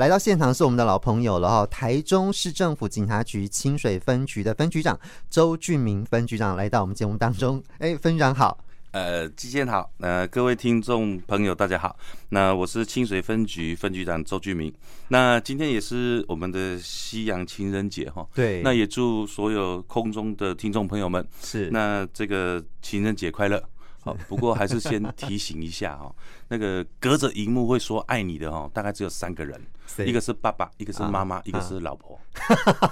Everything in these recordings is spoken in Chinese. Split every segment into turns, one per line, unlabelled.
来到现场是我们的老朋友了哈，台中市政府警察局清水分局的分局长周俊明分局长来到我们节目当中。哎，分局长好，
呃，季建好，呃，各位听众朋友，大家好。那我是清水分局分局长周俊明。那今天也是我们的西洋情人节哈，
对
那也祝所有空中的听众朋友们，
是
那这个情人节快乐。好，不过还是先提醒一 下哈，那个隔着荧幕会说爱你的哈，大概只有三个人，
谁
一个是爸爸，一个是妈妈，一个
啊
是老婆，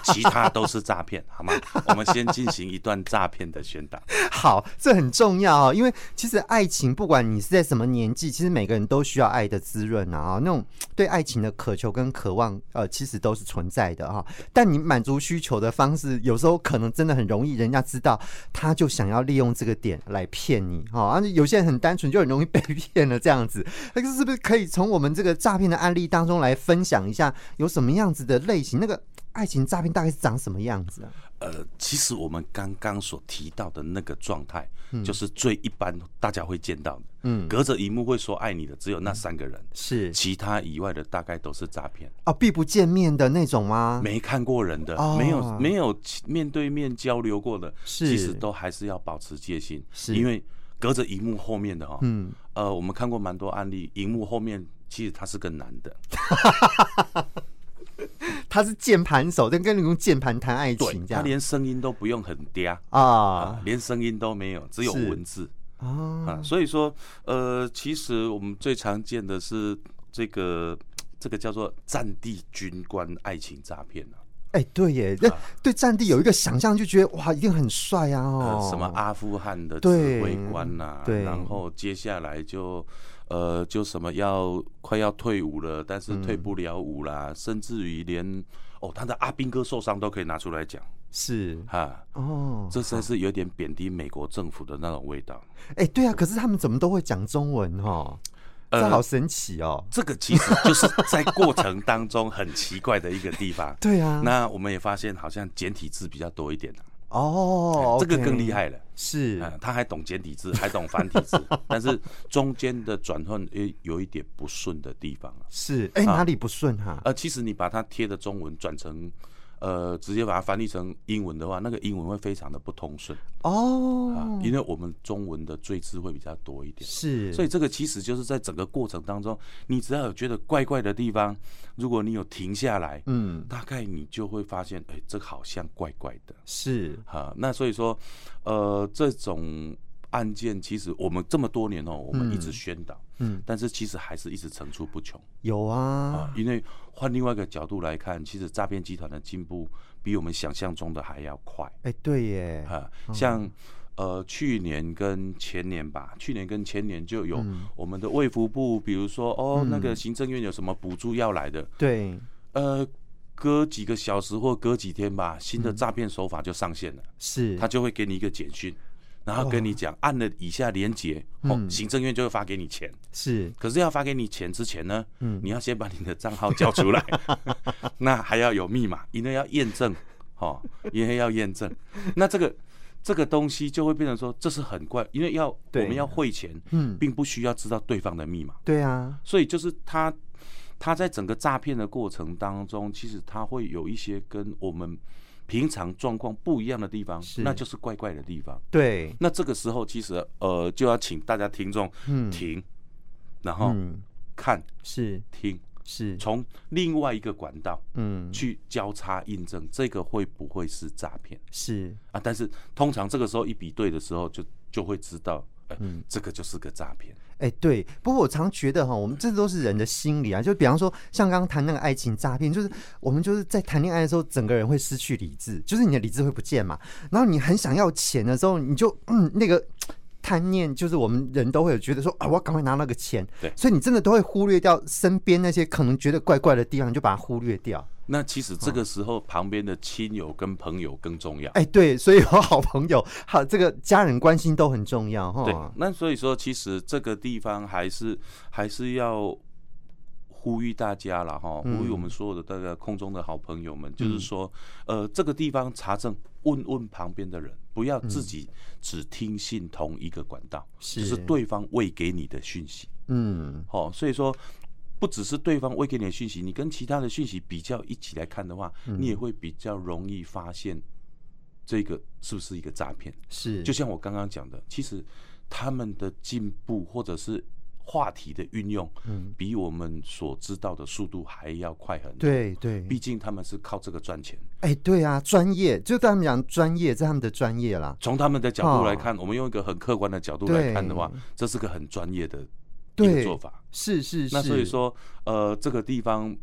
其他都是诈骗，好吗？我们先进行一段诈骗的宣导。
好，这很重要啊、哦，因为其实爱情，不管你是在什么年纪，其实每个人都需要爱的滋润啊、那种对爱情的渴求跟渴望，呃，其实都是存在的哈、但你满足需求的方式，有时候可能真的很容易，人家知道，他就想要利用这个点来骗你哈。而、且有些人很单纯，就很容易被 骗了这样子。那个是不是可以从我们这个诈骗的案例当中来分享一下，有什么样子的类型？那个爱情诈骗大概是长什么样子啊？
呃，其实我们刚刚所提到的那个状态，就是最一般大家会见到的。
嗯，
隔着荧幕会说爱你的只有那三个人，
是
其他以外的大概都是诈骗，
哦，避不见面的那种吗？
没看过人的，
啊哦
没有没有其面对面交流过的，
是
其实都还是要保持戒心，
是
因为隔着荧幕后面的哈、
嗯，
呃，我们看过蛮多案例，荧幕后面其实他是个男的，
他是键盘手，但跟你用键盘谈爱
对
情这
他
样
连声音都不用很嗲啊
啊，
连声音都没有，只有
是
文字。
啊，
啊，所以说，呃，其实我们最常见的是这个这个叫做战地军官爱情诈骗啊，
哎，对耶，那对战地有一个想象，就觉得哇，一定很帅啊，哦
呃，，什么？阿富汗的指
对
挥官呐、
对
然后接下来就。呃，就什么要快要退伍了，但是
嗯
退不了伍啦，甚至于连哦他的阿兵哥受伤都可以拿出来讲
是
哈，
哦，
这才是有点贬低美国政府的那种味道。
哎，对啊，可是他们怎么都会讲中文哦，
呃
这好神奇哦，
这个其实就是在过程当中很奇怪的一个地 方。
对啊，
那我们也发现，好像简体字比较多一点、啊
哦，
这个更厉
害，
害了。
是
嗯，他还懂简体字，还懂繁 体字，但是中间的转换也有一点不顺的地方啊。
是，哎，哪里不顺哈？
呃，其实你把它贴的中文转成，呃，直接把它翻译成英文的话，那个英文会非常的不通顺啊，
哦，
因为我们中文的赘字会比较多一点。
是，
所
以
以这个其实就是在整个过程当中，你只要有觉得怪怪的地方，如果你有停下来，
嗯，
大概你就会发现，哎、这好像怪怪的。
是
啊，那所以说，呃，这种案件其实我们这么多年哦，我们一直宣导，
嗯嗯
但是其实还是一直层出不穷
有
啊
啊，。
因为换另外一个角度来看，其实诈骗集团的进步比我们想象中的还要快
哎，对耶，
啊。像呃，去年跟前年吧，去年跟前年就有我们的卫福部，比如说哦，那个行政院有什么补助要来的，
对，
呃。隔几个小时或隔几天吧，新的诈骗手法就上线了。
是
他，就会给你一个简讯，然后跟你讲按了以下连接，哦，
嗯
行政院就会发给你钱。
是，
可是要发给你钱之前呢，
嗯
你要先把你的账号叫 出来，那还要有密码，因为要验证，哦，因为要验证。那这个这个东西就会变成说，这是很怪，因为要我
对
们要汇钱，
嗯，
并不需要知道对方的密码，
对啊，
所以就是他。他在整个诈骗的过程当中，其实他会有一些跟我们平常状况不一样的地方，
是
那就是怪怪的地方。
对，
那这个时候，其实呃，就要请大家听众
嗯
停，然后
嗯，
看
是
听，
是，
哦从另外一个管道
嗯，
去交叉印证，这个会不会是诈骗
是
啊？但是通常这个时候一比对的时候就，就会知道，哎、
嗯
这个就是个诈骗。
哎、对，不过我常觉得哈，我们这都是人的心理啊。就比方说，像刚刚谈那个爱情诈骗，就是我们就是在谈恋爱的时候，整个人会失去理智，就是你的理智会不见嘛。然后你很想要钱的时候，你就嗯那个。贪念就是我们人都会有觉得说啊，我要赶快拿那个钱，
对
所以你真的都会忽略掉身边那些可能觉得怪怪的地方，你就把它忽略掉。
那其实这个时候，旁边的亲友跟朋友更重要。
哎、对，所以有好朋友、好这个家人关心都很重要
对
哈，。
那所以说，其实这个地方还是还是要呼吁大家了哈，呼吁我们所有的这个空中的好朋友们，就是说，呃，这个地方查证，问问旁边的人，不要自己只听信同一个管道，
是
就是对方喂给你的讯息。
嗯，
哦，所以说。不只是对方喂给你的讯息，你跟其他的讯息比较一起来看的话，你也会比较容易发现这个是不是一个诈骗。
是，
就像我刚刚讲的，其实他们的进步或者是话题的运用，
嗯，
比我们所知道的速度还要快很多。
对对，
毕竟他们是靠这个赚钱。
哎，对啊，专业，就对他们讲专业，这是他们的专业啦。
从他们的角度来看，我们用一个很客观的角度来看的话
哦对，
这是个很专业的一个
对
做法。
是是是，
那所以说，呃，这个地方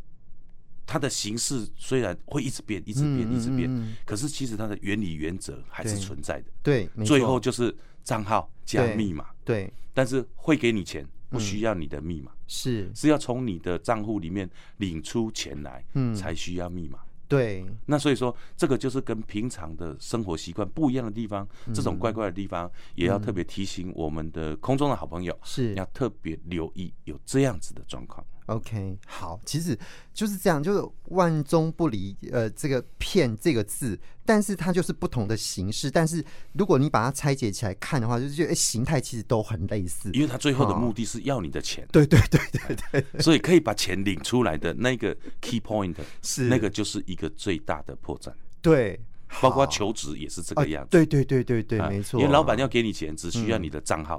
它的形式虽然会一直变，一直
嗯，
变，一直变，
嗯，嗯嗯
可是其实它的原理原则还是
对
存在的。
对，没
最
错
后就是账号加
对
密码，
对
但是会给你钱，
嗯
不需要你的密码，
是，
是要从你的账户里面领出钱来
嗯，
才需要密码。
对，
那所以说，这个就是跟平常的生活习惯不一样的地方，
嗯
这种怪怪的地方，也要特别提醒我们的空中的好朋友，
是
要特别留意有这样子的状况。
OK，好，其实就是这样，就是万中不离。呃，这个“骗”这个字，但是它就是不同的形式。但是如果你把它拆解起来看的话，就是觉得、诶哎形态其实都很类似。
因为他最后的目的是要你的钱，
对对对对，
所以可以把钱领出来的那个 key point，
是
那个就是一个最大的破绽。
对，
包括
好
求职也是这
啊
个样子，
对对对对对，
啊
没错。
因为老板要给你钱，只需要你的账号；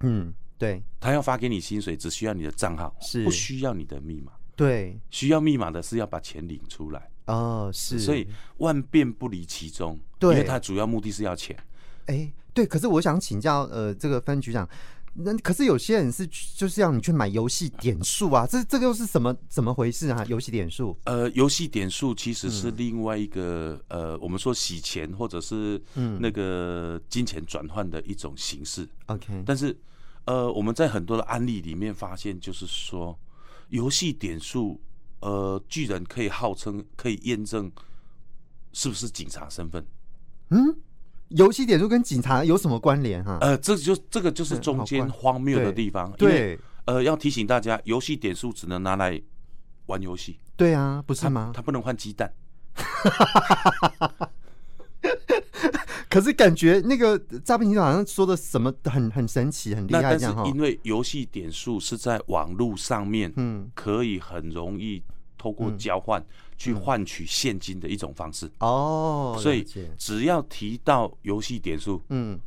嗯，对
他要发给你薪水，只需要你的账号，
是
不需要你的密码。
对
需要密码的是要把钱领出来，
哦，是。
所以万变不离其宗。
对
因为它主要目的是要钱。
哎，对，可是我想请教呃，这个分局长，那可是有些人是去就是要你去买游戏点数啊，这这个又是什么怎么回事啊？游戏点数，
呃，游戏点数其实是
嗯
另外一个、呃，我们说洗钱或者是
嗯
那个金钱转换的一种形式。
，OK，
但是，呃，我们在很多的案例里面发现，就是说，游戏点数，呃，居然可以号称可以验证是不是警察身份。
嗯，游戏点数跟警察有什么关联哈、
呃，这就这个就是
嗯
中
好
间
怪
荒谬
对
的地方。因为
对
呃，要提醒大家，游戏点数只能拿来玩游戏，
对啊，不是吗？
它不能换鸡蛋。
可是感觉那个诈骗集团好像说的什么很很神奇、很厉
那
害
但
这
是
样哈。
因为游戏点数是在网络上面，
嗯，
可以很容易透过交换去
嗯
换取现金的一种方式，
哦，
所
了
以
解
只要提到游戏点数，
嗯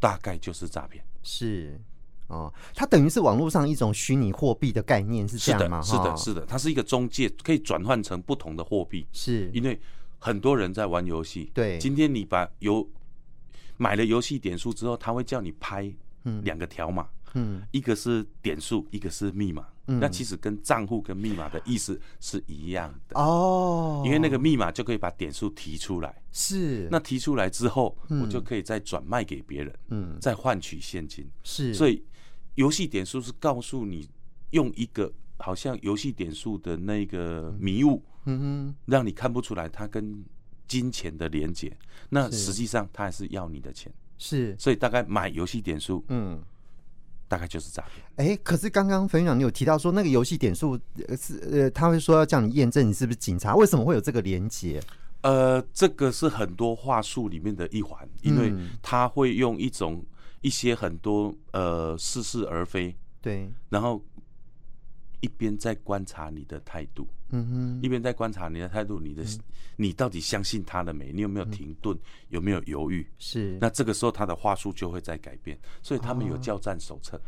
大概就是诈骗。
是哦，它等于是网络上一种虚拟货币的概念是这
是
样吗？
的，是的，
哈
是的，它是一个中介，可以转换成不同的货币，
是
因为很多人在玩游戏。
对
今天你把游买了游戏点数之后，他会叫你拍
嗯
两个条码。
嗯
一个是点数，一个是密码。
嗯
那其实跟账户跟密码的意思是一样的，
哦，
因为那个密码就可以把点数提出来。
是
那提出来之后，
嗯
我就可以再转卖给别人，
嗯
再换取现金。
是
所
以
以游戏点数是告诉你用一个好像游戏点数的那个迷雾，
嗯
让你看不出来它跟金钱的连接。那
是
实际上它还是要你的钱。
哼是
所以大概买游戏点数，
嗯。
大概就是诈骗。
哎，可是刚刚分享你有提到说那个游戏点数呃是呃，他会说要叫你验证你是不是警察，为什么会有这个连接？
呃，这个是很多话术里面的一环，因为
嗯
他会用一种一些很多呃似是而非，
对，
然后一边在观察你的态度，
嗯
一边在观察你的态度，你的、你到底相信他了没？你有没有停顿？
嗯
有没有犹豫？
哼，是
那这个时候他的话术就会在改变，所以他们有教战手册。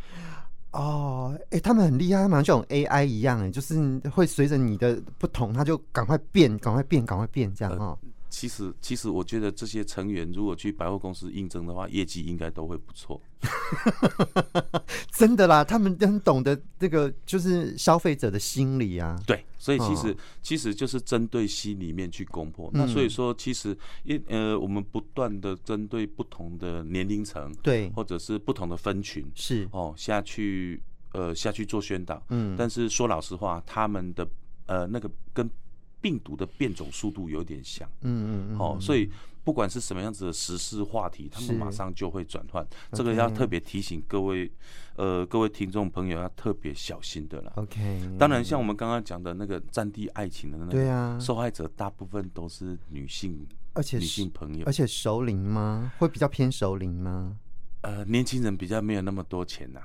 哦，哎、他们很厉害，他们好像有 AI 一样，哎，就是会随着你的不同，他就赶快变，赶快变，赶快变这
呃
样哦。
其实，其实我觉得这些成员如果去百货公司应征的话，业绩应该都会不错。
真的啦，他们很懂得这个就是消费者的心理啊。
对，所以其实、
哦
其实就是针对心里面去攻破。
嗯
那所以说，其实因呃，我们不断的针对不同的年龄层
对，
或者是不同的分群
是，
哦下去呃下去做宣导。
嗯，
但是说老实话，他们的呃那个跟病毒的变种速度有点像。
嗯嗯嗯，
哦，所以不管是什么样子的时事话题，他
是
们马上就会转换。这个要特别提醒各位，呃，各位听众朋友要特别小心的啦。
OK，
当然，像我们刚刚讲的那个战地爱情的那
嗯对
个
啊，
受害者，大部分都是女性
而且
女
是
性朋友
而，且熟龄吗？会比较偏熟龄吗？
呃，年轻人比较没有那么多钱呐、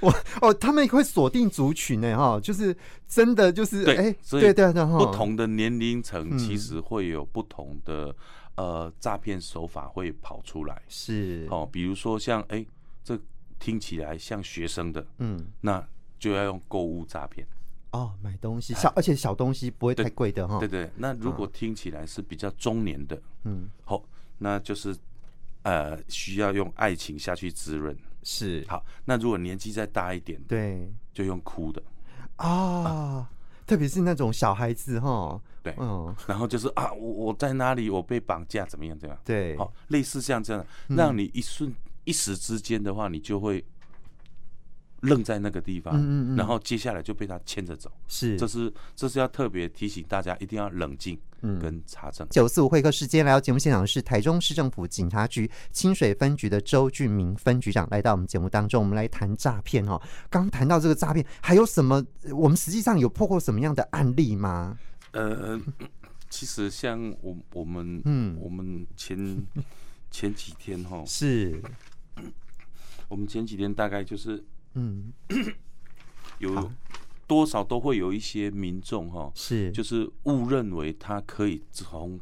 我哦，他们会锁定族群呢，哈，就是真的就是
对
哎，
所以
对对对，哈
不同的年龄层
嗯
其实会有不同的、呃诈骗手法会跑出来。
是，
哦，比如说像哎、这听起来像学生的，
嗯，
那就要用购物诈骗。
哦，买东西小，而且小东西不会太贵的哈
哎对，对，那如果听起来是比较中年的，
哦嗯，
好、那就是呃需要用爱情下去滋润。
是，
好，那如果年纪再大一点，
对
就用哭的，
啊，特别是那种小孩子哈，
对
嗯，
然后就是啊，我我在哪里，我被绑架，怎么样怎么样？
对，嗯
好、类似像这样，让你一瞬一时之间的话，你就会愣在那个地方，
嗯嗯嗯
然后接下来就被他牵着走。
是
这，是这是要特别提醒大家，一定要冷静
嗯
跟查证。
九四五会客室，今天来到节目现场的是台中市政府警察局清水分局的周俊明分局长来到我们节目当中，我们来谈诈骗哦。刚谈到这个诈骗，还有什么？呃我们实际上有破获什么样的案例吗？
呃， 其实像我我们，
嗯
我们前前几天哈，
是，
我们前几天大概就是
嗯，
有多少都会有一些民众哈，
是，
就是误认为他可以从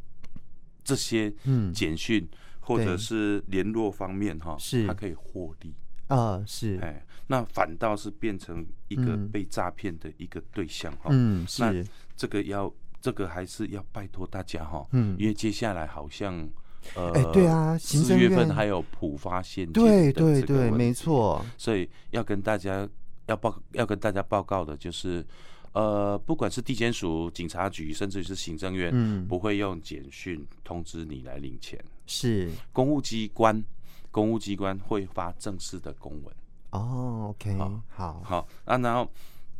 这些
嗯，
简讯或
对
者是联络方面哈，
是
他可以获利，
呃，是，
哎，那反倒是变成一个
嗯
被诈骗的一个对象哈。
嗯，是，
这个要这个还是要拜托大家哈，
嗯，
因为接下来好像呃，
哎对啊行
四
政
月份
院
还有普发现金，
对对对，没，错，
所以要跟大家要报要跟大家报告的就是，呃，不管是地检署、警察局，甚至是行政院，
嗯，
不会用简讯通知你来领钱，
是，
公务机关。公务机关会发正式的公文，
哦，OK，
好
好，
好啊，然后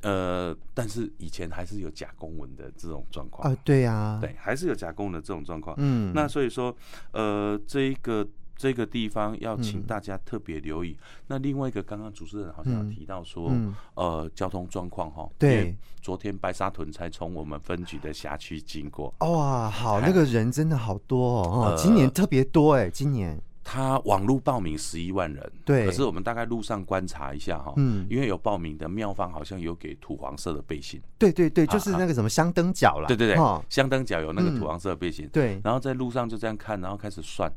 呃，但是以前还是有假公文的这种状况
啊，，对呀，
对，还是有假公文的这种状况。
嗯，
那所以说，呃，这一个这个地方要请
嗯
大家特别留意。那另外一个，刚刚主持人好像
嗯
有提到说，
嗯，
呃，交通状况哈，因为
对，
昨天白沙屯才从我们分局的辖区经过，
哇，好，那
哎
个人真的好多哦，哦
呃
今年特别多哎，今年
他网络报名十一万人，
对
可是我们大概路上观察一下哈，
嗯
因为有报名的妙方好像有给土黄色的背心，
对对对，
啊
就是那个什么香灯角啦，
对对对
哈，
香灯角有那个
哦嗯
土黄色的背心，
对，
然后在路上就这样看，然后开始算，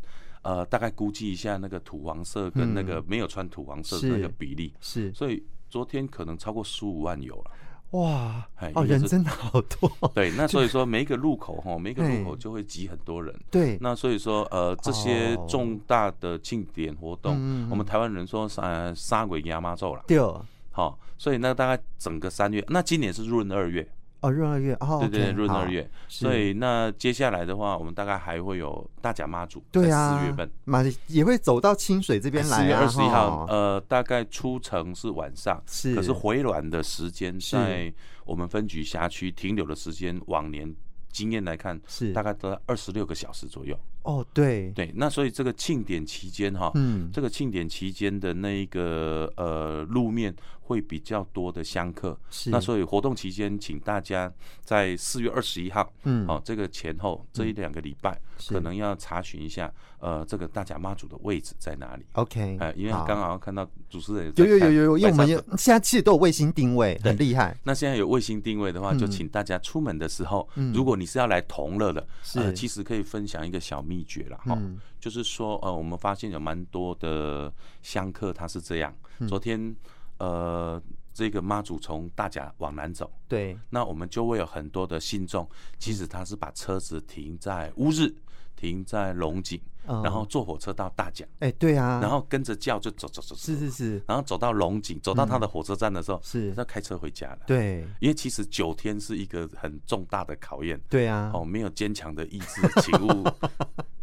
呃，大概估计一下那个土黄色跟那个没有穿土黄色的那
是
个比例，
嗯是
所以昨天可能超过十五万有了。
哇
哎，
哦，
应该
人
是
真的好多，
对，那所以说每一个路口哈，每一个
哎
路口就会挤很多人。
对，
那所以说呃，这些
哦
重大的庆典活动，
嗯
我们台湾人说呃杀鬼压妈咒了，
对哦，
好、所以那大概整个三月，那今年是闰二月，
哦，闰二月，哦，
对对对，
OK，
闰
好
二，月，
是
所以那接下来的话，我们大概还会有大甲妈祖，
对
在
啊，
四月份。哎
妈的也会走到清水这边
四
来
月
啊，
二十一号，
哈
呃，大概出城是晚上，
是，
可是回暖的时间
是
在我们分局辖区停留的时间，往年经验来看，
是
大概都在二十六个小时左右。
哦，对，
对，那所以这个庆典期间哈，
嗯，
这个庆典期间的那一个呃路面会比较多的香客。
是，
那所以活动期间，请大家在四月二十一号，
嗯，
哦，这个前后这一两个礼拜，
是
可能要查询一下，呃，这个大甲妈祖的位置在哪里。
OK，
呃，因为
嗯好
刚好看到主持人也在
有有有
看
有有，因为我们
白
有
沙
现在其实都有卫星定位，很厉害，
那现在有卫星定位的话，
嗯
就请大家出门的时候，
嗯
如果你是要来同乐的，
是
呃，其实可哦以分享一个小秘诀啦，哈、
嗯，
就是说，呃，我们发现有蛮多的香客他是这样，
嗯
昨天，呃，这个妈祖从大甲往南走，
对，
那我们就会有很多的信众，其实他是把车子停在乌日，停在龙井，
嗯
然后坐火车到大甲，
哎，对啊，
然后跟着轿就走走走走
是，是是
然后走到龙井，走到他的火车站的时候，
是，
要开车回家了。
对
因为其实九天是一个很重大的考验，
对啊，
哦，没有坚强的意志，请勿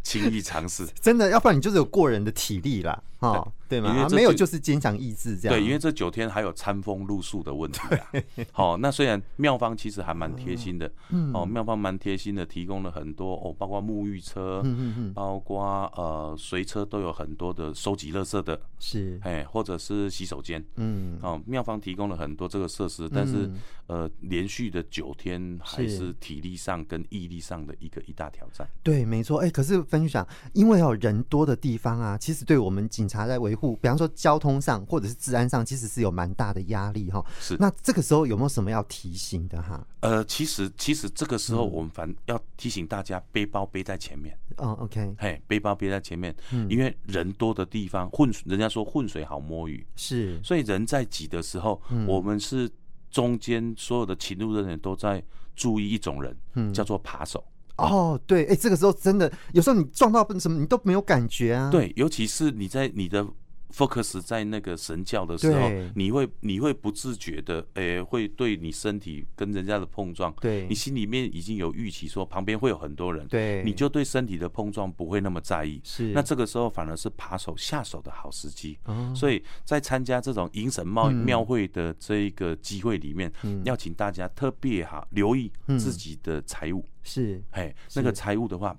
轻易尝试。
真的，要不然你就是有过人的体力啦，哈，对吗？
因为
啊
这
没有
就
就是坚强意志这样。
对，因为这九天还有餐风露宿的问 题啊。好、那虽然妙方其实还蛮贴心的，
嗯
哦，妙方蛮贴心的，提供了很多哦，包括沐浴车，
嗯嗯嗯，
包括呃随车都有很多的收集垃圾的，
是，
哎，或者是洗手间。
嗯，
哦，妙方提供了很多这个设施，但是、
嗯
呃，连续的九天还
是
是体力上跟毅力上的一个一大挑战。
对，没错。哎，可是分局长，因为有哦人多的地方啊，其实对我们警察在维护，比方说交通上或者是治安上，其实是有蛮大的压力哈。
是
那这个时候有没有什么要提醒的哈？
呃，其实其实这个时
嗯
候我们反要提醒大家，背包背在前面，
哦，OK，
嘿，背包背在前面，
嗯
因为人多的地方混，人家说混水好摸鱼，
是
所以人在挤的时候，
嗯
我们是中间所有的勤务人员都在注意一种人，
嗯
叫做扒手。
哦，对，哎、这个时候真的有时候你撞到什么你都没有感觉啊。，
对，尤其是你在你的 focus 在那个神教的时候
对，
你会你会不自觉的，诶、会对你身体跟人家的碰撞，
对
你心里面已经有预期，说旁边会有很多人，
对，
你就对身体的碰撞不会那么在意。
是
那这个时候反而是扒手下手的好时机。
哦
所以在参加这种迎神庙
嗯
庙会的这一个机会里面，
嗯
要请大家特别哈留意
嗯
自己的财务。
是，
嘿，那个
是
财务的话，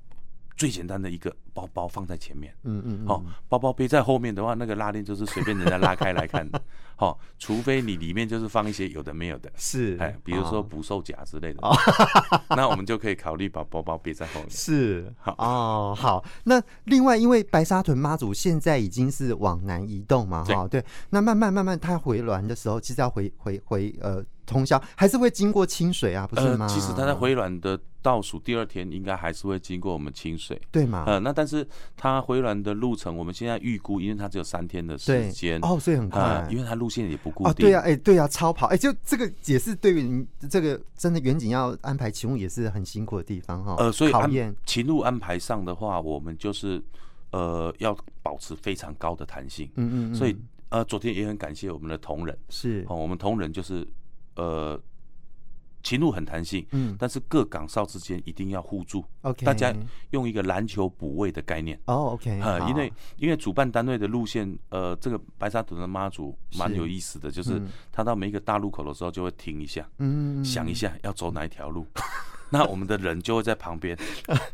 最简单的一个包包放在前面。
嗯嗯，嗯
好、包包背在后面的话，那个拉链就是随便人家拉开来看的。 好、除非你里面就是放一些有的没有的，
是，
哎，比如说
哦
捕兽夹之类的， 那我们就可以考虑把包包背在后面。
是
好
哦，好。那另外，因为白沙屯妈祖现在已经是往南移动嘛，
对
哈，对。那慢慢慢慢，它回銮的时候，其实要回回回呃通宵，还是会经过清水啊，不是吗？
呃其实它在回暖的倒数第二天，应该还是会经过我们清水。
对嘛？
呃，那但是它回暖的路程，我们现在预估，因为它只有三天的时
对
间，
哦，所以很快。
呃，因为它路线也不固
哦，
定，
对呀、啊，哎、对呀、啊，超跑，哎、就这个也是对于你这个真的远景要安排勤务也是很辛苦的地方哈。
呃，所以
考
安
验
勤务安排上的话，我们就是呃要保持非常高的弹性。
嗯嗯嗯，
所以呃，昨天也很感谢我们的同仁，
是
哦，我们同仁就是呃，勤务很弹性，
嗯
但是各岗哨之间一定要互助，
，OK，
大家用一个篮球补位的概念。
哦，OK，
呃，
好
因为因为主办单位的路线，呃，这个白沙屯的妈祖蛮
是
有意思的，就是
嗯
他到每一个大路口的时候就会停一下，
嗯
想一下要走哪一 条路，那我们的人就会在旁边，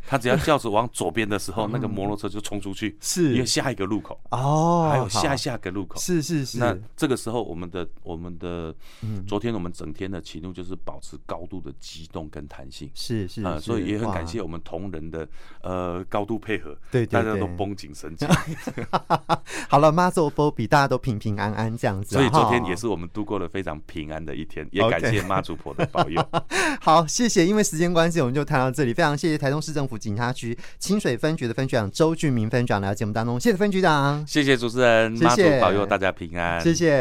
他只要叫着往左边的时候，那个摩托车就冲出去，因为
嗯是
下一个路口，
哦，
还有下
好
下个路口。
是是是，
那这个时候，我们的我们的
嗯
昨天我们整天的起怒就是保持高度的机动跟弹性
是是
啊、
是
所以也很
哇
感谢我们同仁的呃高度配合，
对对
大家都
对
绷紧神经，
好了，妈做波比大家都平平安安这样子啊，
所以昨天
哈
也是我们度过了非常平安的一天，也
OK
感谢妈祖婆的保 佑。
好，谢谢。因为时间关系，我们就谈到这里。非常谢谢台中市政府警察局清水分局的分局长周俊明分局长来到节目当中，谢谢分局长，
谢谢主持人，妈祖
谢谢
保佑大家平安，
谢谢。